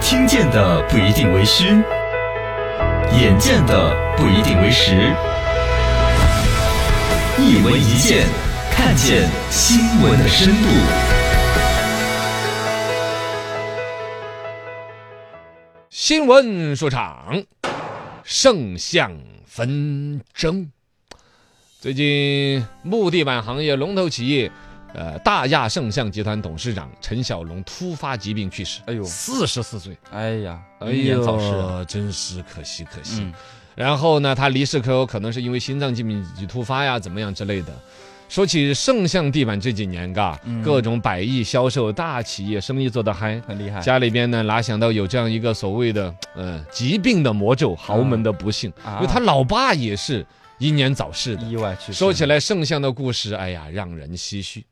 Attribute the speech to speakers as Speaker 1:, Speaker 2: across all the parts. Speaker 1: 听见的不一定为虚，眼见的不一定为实。一文一见，看见新闻的深度。
Speaker 2: 新闻说场，圣象纷争。最近，木地板行业龙头企业，呃，大亚圣象集团董事长陈小龙突发疾病去世，
Speaker 3: 哎呦
Speaker 2: 四十四岁，
Speaker 3: 哎呀，
Speaker 2: 哎
Speaker 3: 英年早逝啊。
Speaker 2: 呦，真是可惜可惜。
Speaker 3: 嗯，
Speaker 2: 然后呢，他离世可有可能是因为心脏疾病突发呀，怎么样之类的。说起圣象地板这几年，嘎，
Speaker 3: 嗯
Speaker 2: 各种百亿销售，大企业生意做得嗨，
Speaker 3: 很厉害。
Speaker 2: 家里边呢，哪想到有这样一个所谓的呃疾病的魔咒，豪门的不幸，
Speaker 3: 啊嗯
Speaker 2: 因为他老爸也是英年早逝的。
Speaker 3: 意外去世
Speaker 2: 说起，来圣象的故事，哎呀，让人唏嘘。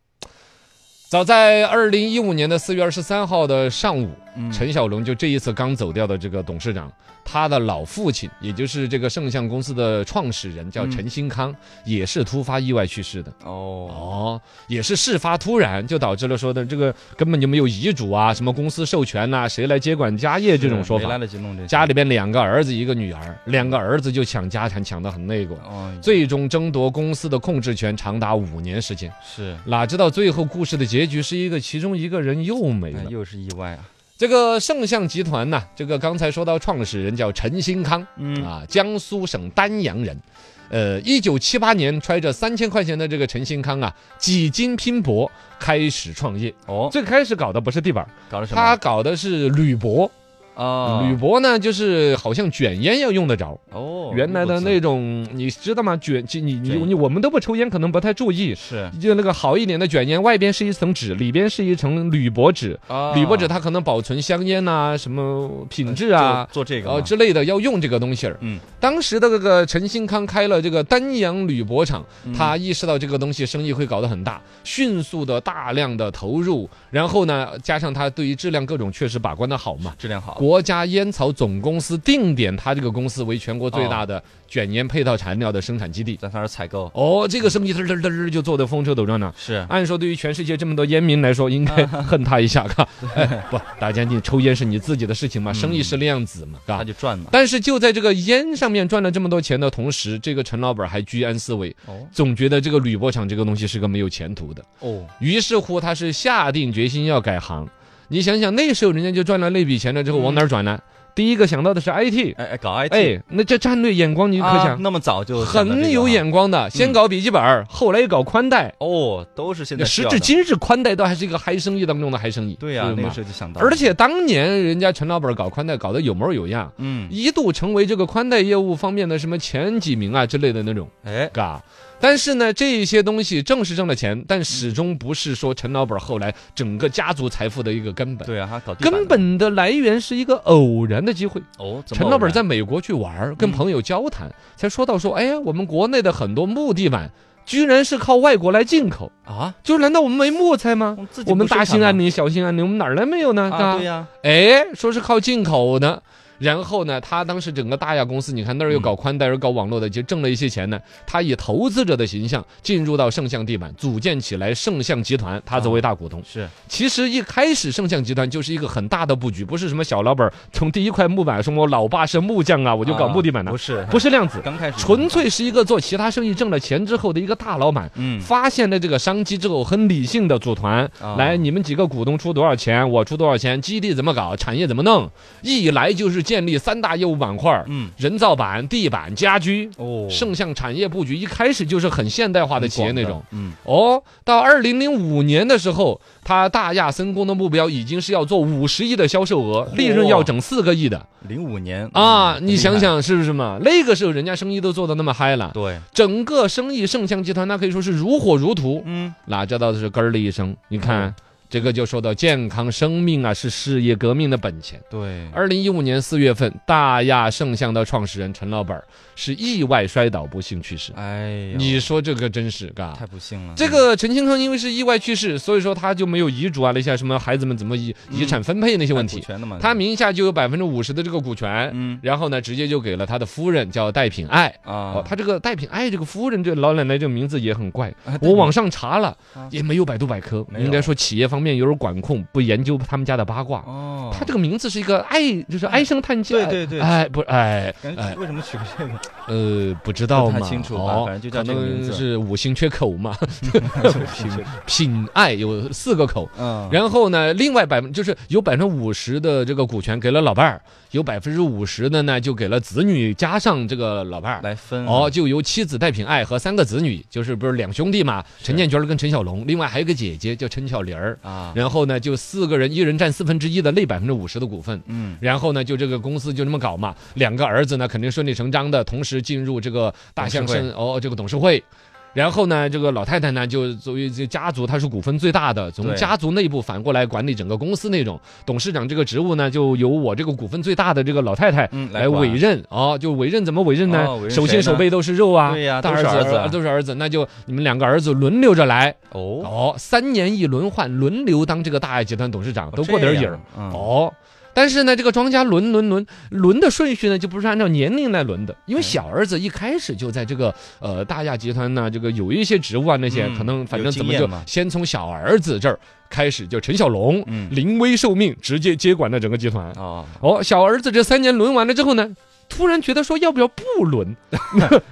Speaker 2: 早在二零一五年的四月二十三号的上午，
Speaker 3: 嗯
Speaker 2: 陈小龙就这一次刚走掉的这个董事长，他的老父亲，也就是这个圣象公司的创始人，叫
Speaker 3: 嗯
Speaker 2: 陈新康，也是突发意外去世的。
Speaker 3: 哦，
Speaker 2: 哦，也是事发突然，就导致了说的这个根本就没有遗嘱啊，什么公司授权呐、谁来接管家业这种说
Speaker 3: 没来
Speaker 2: 法。
Speaker 3: 得及弄这些
Speaker 2: 家里边两个儿子一个女儿，两个儿子就抢家产抢得很那个，
Speaker 3: 哦，
Speaker 2: 最终争夺公司的控制权长达五年时间。
Speaker 3: 是，
Speaker 2: 哪知道最后故事的结局是一个其中一个人又没
Speaker 3: 哎
Speaker 2: 了。
Speaker 3: 又是意外啊。
Speaker 2: 这个圣象集团呐、这个刚才说到创始人叫陈新康，
Speaker 3: 嗯，
Speaker 2: 啊，江苏省丹阳人。呃，一九七八年，揣着三千块钱的这个陈新康啊，几经拼搏开始创业。
Speaker 3: 哦，
Speaker 2: 最开始搞的不是地板儿，
Speaker 3: 搞了什
Speaker 2: 他
Speaker 3: 么？
Speaker 2: 搞的是铝箔。
Speaker 3: 哦，
Speaker 2: 铝箔呢，就是好像卷烟要用得着。
Speaker 3: 哦，
Speaker 2: 原来的那
Speaker 3: 如
Speaker 2: 种，你知道吗？卷你你
Speaker 3: 卷
Speaker 2: 你我们都不抽烟，可能不太注意
Speaker 3: 此。是
Speaker 2: 就那个好一点的卷烟，外边是一层纸，里边是一层铝箔纸。
Speaker 3: 啊
Speaker 2: 铝箔纸它可能保存香烟呐、什么品质啊，
Speaker 3: 就做这个
Speaker 2: 呃
Speaker 1: 哦
Speaker 3: 嘛
Speaker 2: 之类的要用这个东西儿。
Speaker 3: 嗯，
Speaker 2: 当时的这个陈新康开了这个丹阳铝箔厂，
Speaker 3: 嗯
Speaker 2: 他意识到这个东西生意会搞得很大，迅速的大量的投入，然后呢，加上他对于质量各种确实把关的好嘛。
Speaker 3: 质量好，
Speaker 2: 国家烟草总公司定点他这个公司为全国最大
Speaker 3: 啊
Speaker 2: 的卷烟配套材料的生产基地。
Speaker 3: 在那儿采购
Speaker 2: 哦，这个生意嘚儿嘚儿嘚儿就做得风车斗转呢。
Speaker 1: 啊
Speaker 3: 是
Speaker 2: 按说，对于全世界这么多烟民来说，应 该恨他一下，嘎。哎，不，大家你抽烟是你自己的事情嘛，生意
Speaker 3: 嗯
Speaker 2: 是那样子嘛，嘎
Speaker 3: 他。就赚嘛。
Speaker 2: 但是就在这个烟上面赚了这么多钱的同时，这个陈老板还居安思危，
Speaker 3: 哦
Speaker 2: 总觉得这个铝箔厂这个东西是个没有前途的。
Speaker 3: 哦，
Speaker 2: 于是乎，他是下定决心要改行。你想想，那时候人家就赚了那笔钱了，之后往哪儿转呢？第一个想到的是 IT，
Speaker 3: 哎哎，搞 IT，
Speaker 2: 哎，那这战略眼光你可
Speaker 3: 啊
Speaker 2: 想，
Speaker 3: 那么早就想到这个
Speaker 2: 很有
Speaker 3: 啊
Speaker 2: 眼光的，先搞笔记本儿，后来又搞宽带。
Speaker 3: 哦，都是现在
Speaker 2: 时
Speaker 3: 需要
Speaker 2: 至
Speaker 3: 的
Speaker 2: 今日，宽带都还是一个嗨生意当中的嗨生意。
Speaker 3: 对呀，
Speaker 2: 是
Speaker 3: 那
Speaker 2: 吗
Speaker 3: 个时候就想到了，
Speaker 2: 而且当年人家陈老板搞宽带搞得有模有样，
Speaker 3: 嗯，
Speaker 2: 一度成为这个宽带业务方面的什么前几名啊之类的那种，
Speaker 3: 哎
Speaker 2: 嘎。但是呢，这些东西正是挣了钱，但始终不是说陈老板后来整个家族财富的一个根本。
Speaker 3: 对啊，他搞地板的
Speaker 2: 根本的来源是一个偶然的机会。
Speaker 3: 哦，怎
Speaker 2: 陈
Speaker 3: 么
Speaker 2: 老板
Speaker 3: 偶然嗯
Speaker 2: 在美国去玩儿，跟朋友交谈，才说到说，哎呀，我们国内的很多木地板居然是靠外国来进口，
Speaker 3: 啊，
Speaker 2: 就是难道我们没木材吗？
Speaker 3: 自己
Speaker 2: 我们
Speaker 3: 不生
Speaker 2: 大兴
Speaker 3: 产
Speaker 2: 安
Speaker 3: 吗
Speaker 2: 岭、小兴安岭，我们哪儿来没有呢？
Speaker 3: 啊，对呀，
Speaker 2: 哎，说是靠进口的。然后呢，他当时整个大亚公司，你看那儿又搞宽带，又搞网络的，就挣了一些钱呢。他以投资者的形象进入到圣象地板，组建起来圣象集团，他作为大股东。
Speaker 3: 是
Speaker 2: 其实一开始圣象集团就是一个很大的布局，不是什么小老板儿从第一块木板说我老爸是木匠啊，我就搞
Speaker 3: 啊
Speaker 2: 木地板呢
Speaker 3: 不，是
Speaker 2: 不是那样子，
Speaker 3: 刚开始
Speaker 2: 纯粹是一个做其他生意挣了钱之后的一个大老板。
Speaker 3: 嗯
Speaker 2: 发现了这个商机之后，很理性的组团，
Speaker 3: 啊
Speaker 2: 来你们几个股东出多少钱，我出多少钱，基地怎么搞，产业怎么弄，一来就是建立三大业务板块儿：
Speaker 3: 嗯
Speaker 2: 人造板、地板、家居。
Speaker 3: 哦
Speaker 2: 圣象产业布局一开始就是很现代化的
Speaker 3: 很
Speaker 2: 企业
Speaker 3: 广
Speaker 2: 那
Speaker 3: 的
Speaker 2: 种。
Speaker 3: 嗯
Speaker 2: 哦，到二零零五年的时候，他大亚森工的目标已经是要做五十亿的销售额，利润要整四个亿的
Speaker 3: 零五年
Speaker 2: 啊！你
Speaker 3: 嗯很厉害
Speaker 2: 想想是不是嘛？那个时候人家生意都做的那么嗨了，
Speaker 3: 对
Speaker 2: 整个生意圣象集团那可以说是如火如荼。
Speaker 3: 嗯
Speaker 2: 哪知道的是咯儿的一声，你看这个就说到健康生命啊是事业革命的本钱。
Speaker 3: 对
Speaker 2: 二零一五年四月份，大亚圣象的创始人陈老板儿是意外摔倒不幸去世。
Speaker 3: 哎呦
Speaker 2: 你说这个真是嘎
Speaker 3: 太。不幸了
Speaker 2: 这个陈清康因为是意外去世，所以说他就没有遗嘱啊，那些什么孩子们怎么遗
Speaker 3: 嗯
Speaker 2: 遗产分配那些问题，
Speaker 3: 全的嘛
Speaker 2: 他名下就有百分之五十的这个股权，
Speaker 3: 哎嗯
Speaker 2: 然后呢，直接就给了他的夫人叫戴品爱。
Speaker 3: 啊
Speaker 2: 哦，他这个戴品爱这个夫人，这老奶奶这个名字也很怪。
Speaker 3: 啊对
Speaker 2: 我网上查了
Speaker 3: 啊，
Speaker 2: 也没有百度百科，
Speaker 3: 没有
Speaker 2: 应该说企业方面有点管控，不研究他们家的八卦。
Speaker 3: 哦，
Speaker 2: 他这个名字是一个唉，就是唉声叹气。
Speaker 3: 对对对
Speaker 2: 哎，不，哎，
Speaker 3: 感
Speaker 2: 哎
Speaker 3: 觉，为什么取个这个？
Speaker 2: 呃，不知道嘛，
Speaker 3: 不太清楚吧
Speaker 2: 哦
Speaker 3: 反正就叫这个
Speaker 2: 可能
Speaker 3: 名字
Speaker 2: 是五行缺口嘛，
Speaker 3: 品
Speaker 2: 品爱有四个口。
Speaker 3: 嗯，
Speaker 2: 然后呢，另外百分就是有百分之五十的这个股权给了老伴儿，有百分之五十的呢就给了子女，加上这个老伴儿。
Speaker 3: 来分
Speaker 2: 哦，，就由妻子戴品爱和三个子女，就是不是两兄弟嘛，陈建军儿跟陈小龙，另外还有个姐姐叫陈巧玲儿。
Speaker 3: 啊，
Speaker 2: 然后呢，就四个人，一人占四分之一的那百分之五十的股份。
Speaker 3: 嗯，
Speaker 2: 然后呢，就这个公司就这么搞嘛，两个儿子呢肯定顺理成章的同时进入这个大象
Speaker 3: 董
Speaker 2: 生哦这个董事会。然后呢，这个老太太呢，就作为这家族，她是股份最大的，从
Speaker 3: 对
Speaker 2: 家族内部反过来管理整个公司那种。董事长这个职务呢，就由我这个股份最大的这个老太太
Speaker 3: 嗯来
Speaker 2: 来
Speaker 3: 管
Speaker 2: 委任哦，就委任怎么委任呢
Speaker 3: 哦委？任
Speaker 2: 手心
Speaker 3: 谁
Speaker 2: 手
Speaker 3: 呢
Speaker 2: 背都是肉啊，
Speaker 3: 对呀
Speaker 2: 大儿
Speaker 3: 都是
Speaker 2: 子
Speaker 3: 儿子
Speaker 2: 儿都是儿子，那就你们两个儿子轮流着来
Speaker 3: 哦，
Speaker 2: 哦，三年一轮换，轮流当这个大爱集团董事
Speaker 3: 哦
Speaker 2: 长，都过点瘾儿。
Speaker 3: 嗯，
Speaker 2: 哦。但是呢，这个庄家轮轮轮轮的顺序呢，就不是按照年龄来轮的，因为
Speaker 3: 哎
Speaker 2: 小儿子一开始就在这个呃大亚集团呢，这个有一些职务啊那些，
Speaker 3: 嗯
Speaker 2: 可能反正
Speaker 3: 有
Speaker 2: 怎
Speaker 3: 经
Speaker 2: 么
Speaker 3: 验
Speaker 2: 就
Speaker 3: 嘛
Speaker 2: 先从小儿子这儿开始，就陈小龙
Speaker 3: 嗯，
Speaker 2: 临危受命，直接接管了整个集团。
Speaker 3: 哦，
Speaker 2: 哦，小儿子这三年轮完了之后呢，突然觉得说要不要不轮？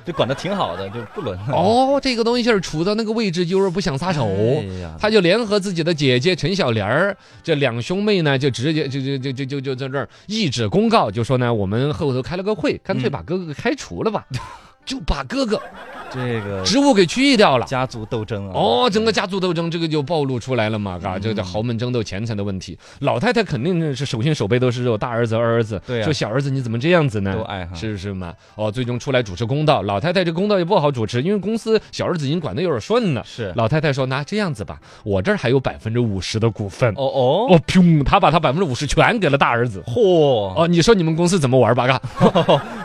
Speaker 3: 就管的挺好的，就不轮了。
Speaker 2: 哦，这个东西儿处到那个位置就是不想撒手。
Speaker 3: 哎呀，
Speaker 2: 哦他就联合自己的姐姐陈小莲儿，这两兄妹呢，就直接就就就就就就在这儿一纸公告，就说呢，我们后头开了个会，干脆
Speaker 3: 嗯
Speaker 2: 把哥哥给开除了吧， 就把哥哥
Speaker 3: 这个
Speaker 2: 职务给去掉了。
Speaker 3: 家族斗争啊，
Speaker 2: 哦，整个家族斗争这个就暴露出来了嘛，嘎，
Speaker 3: 嗯
Speaker 2: 这个叫豪门争斗钱财的问题。老太太肯定是手心手背都是肉，大儿子二儿子，
Speaker 3: 对啊
Speaker 2: 说小儿子你怎么这样子呢？
Speaker 3: 都爱哈，
Speaker 2: 是不是嘛？哦，最终出来主持公道，老太太这公道也不好主持，因为公司小儿子已经管得有点顺了。
Speaker 3: 是，
Speaker 2: 老太太说：“那这样子吧，我这儿还有百分之五十的股份。”
Speaker 3: 哦哦，
Speaker 2: 哦，砰！他把他百分之五十全给了大儿子。
Speaker 3: 嚯，
Speaker 2: 哦，你说你们公司怎么玩吧？嘎，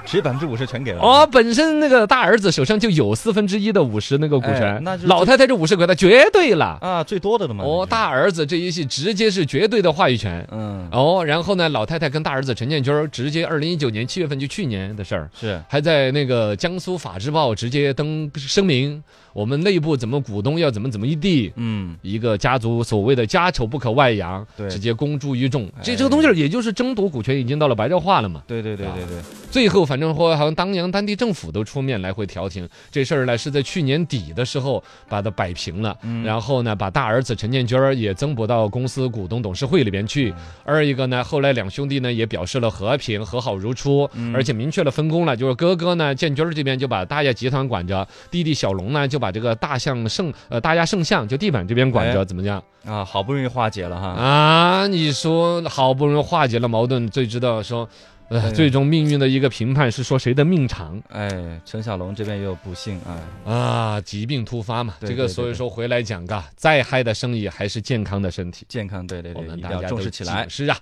Speaker 3: 直接百分之五十全给了，
Speaker 2: 哦，本身那个大儿子手上就有四分之一的五十那个股权，
Speaker 3: 哎那就是
Speaker 2: 老太太这五十给他绝对了。
Speaker 3: 啊，最多的了嘛，
Speaker 2: 哦，大，儿子这一系直接是绝对的话语权。
Speaker 3: 嗯，
Speaker 2: 哦，然后呢，老太太跟大儿子陈建军儿直接二零一九年七月份就去年的事儿，
Speaker 3: 是，
Speaker 2: 还在那个江苏法制报直接登声明，我们内部怎么股东要怎么怎么一地，
Speaker 3: 嗯，
Speaker 2: 一个家族所谓的家丑不可外扬，
Speaker 3: 对
Speaker 2: 直接公诸于众。这
Speaker 3: 哎
Speaker 2: 这个东西儿也就是争夺股权已经到了白热化了嘛。
Speaker 3: 对对对对对，
Speaker 2: 最后反正说好像当阳当地政府都出面来回调停这事儿呢，是在去年底的时候把它摆平了。
Speaker 3: 嗯
Speaker 2: 然后呢，把大儿子陈建军儿也增拨到公司股东董事会里边
Speaker 3: 嗯
Speaker 2: 去。二一个呢，后来两兄弟呢也表示了和平，和好如初，
Speaker 3: 嗯
Speaker 2: 而且明确了分工了，就是哥哥呢建军儿这边就把大亚集团管着，弟弟小龙呢就把这个大象圣呃大亚圣象就地板这边管着，
Speaker 3: 哎
Speaker 2: 怎么样？
Speaker 3: 啊，好不容易化解了哈，
Speaker 2: 啊，你说好不容易化解了矛盾，最知道说，呃，
Speaker 3: 对
Speaker 2: 最终命运的一个评判是说谁的命长
Speaker 3: 哎，陈小龙这边也有不幸，哎，
Speaker 2: 啊，疾病突发嘛。
Speaker 3: 对
Speaker 2: 这个
Speaker 3: 对对
Speaker 2: 所以
Speaker 3: 对
Speaker 2: 说回来啊讲，嘎，再嗨的生意还是健康的身体，
Speaker 3: 健康，对对
Speaker 2: 我
Speaker 3: 对，
Speaker 2: 们
Speaker 3: 一
Speaker 2: 大
Speaker 3: 定要
Speaker 2: 家
Speaker 3: 重
Speaker 2: 都
Speaker 3: 视起来
Speaker 2: 谨。是啊。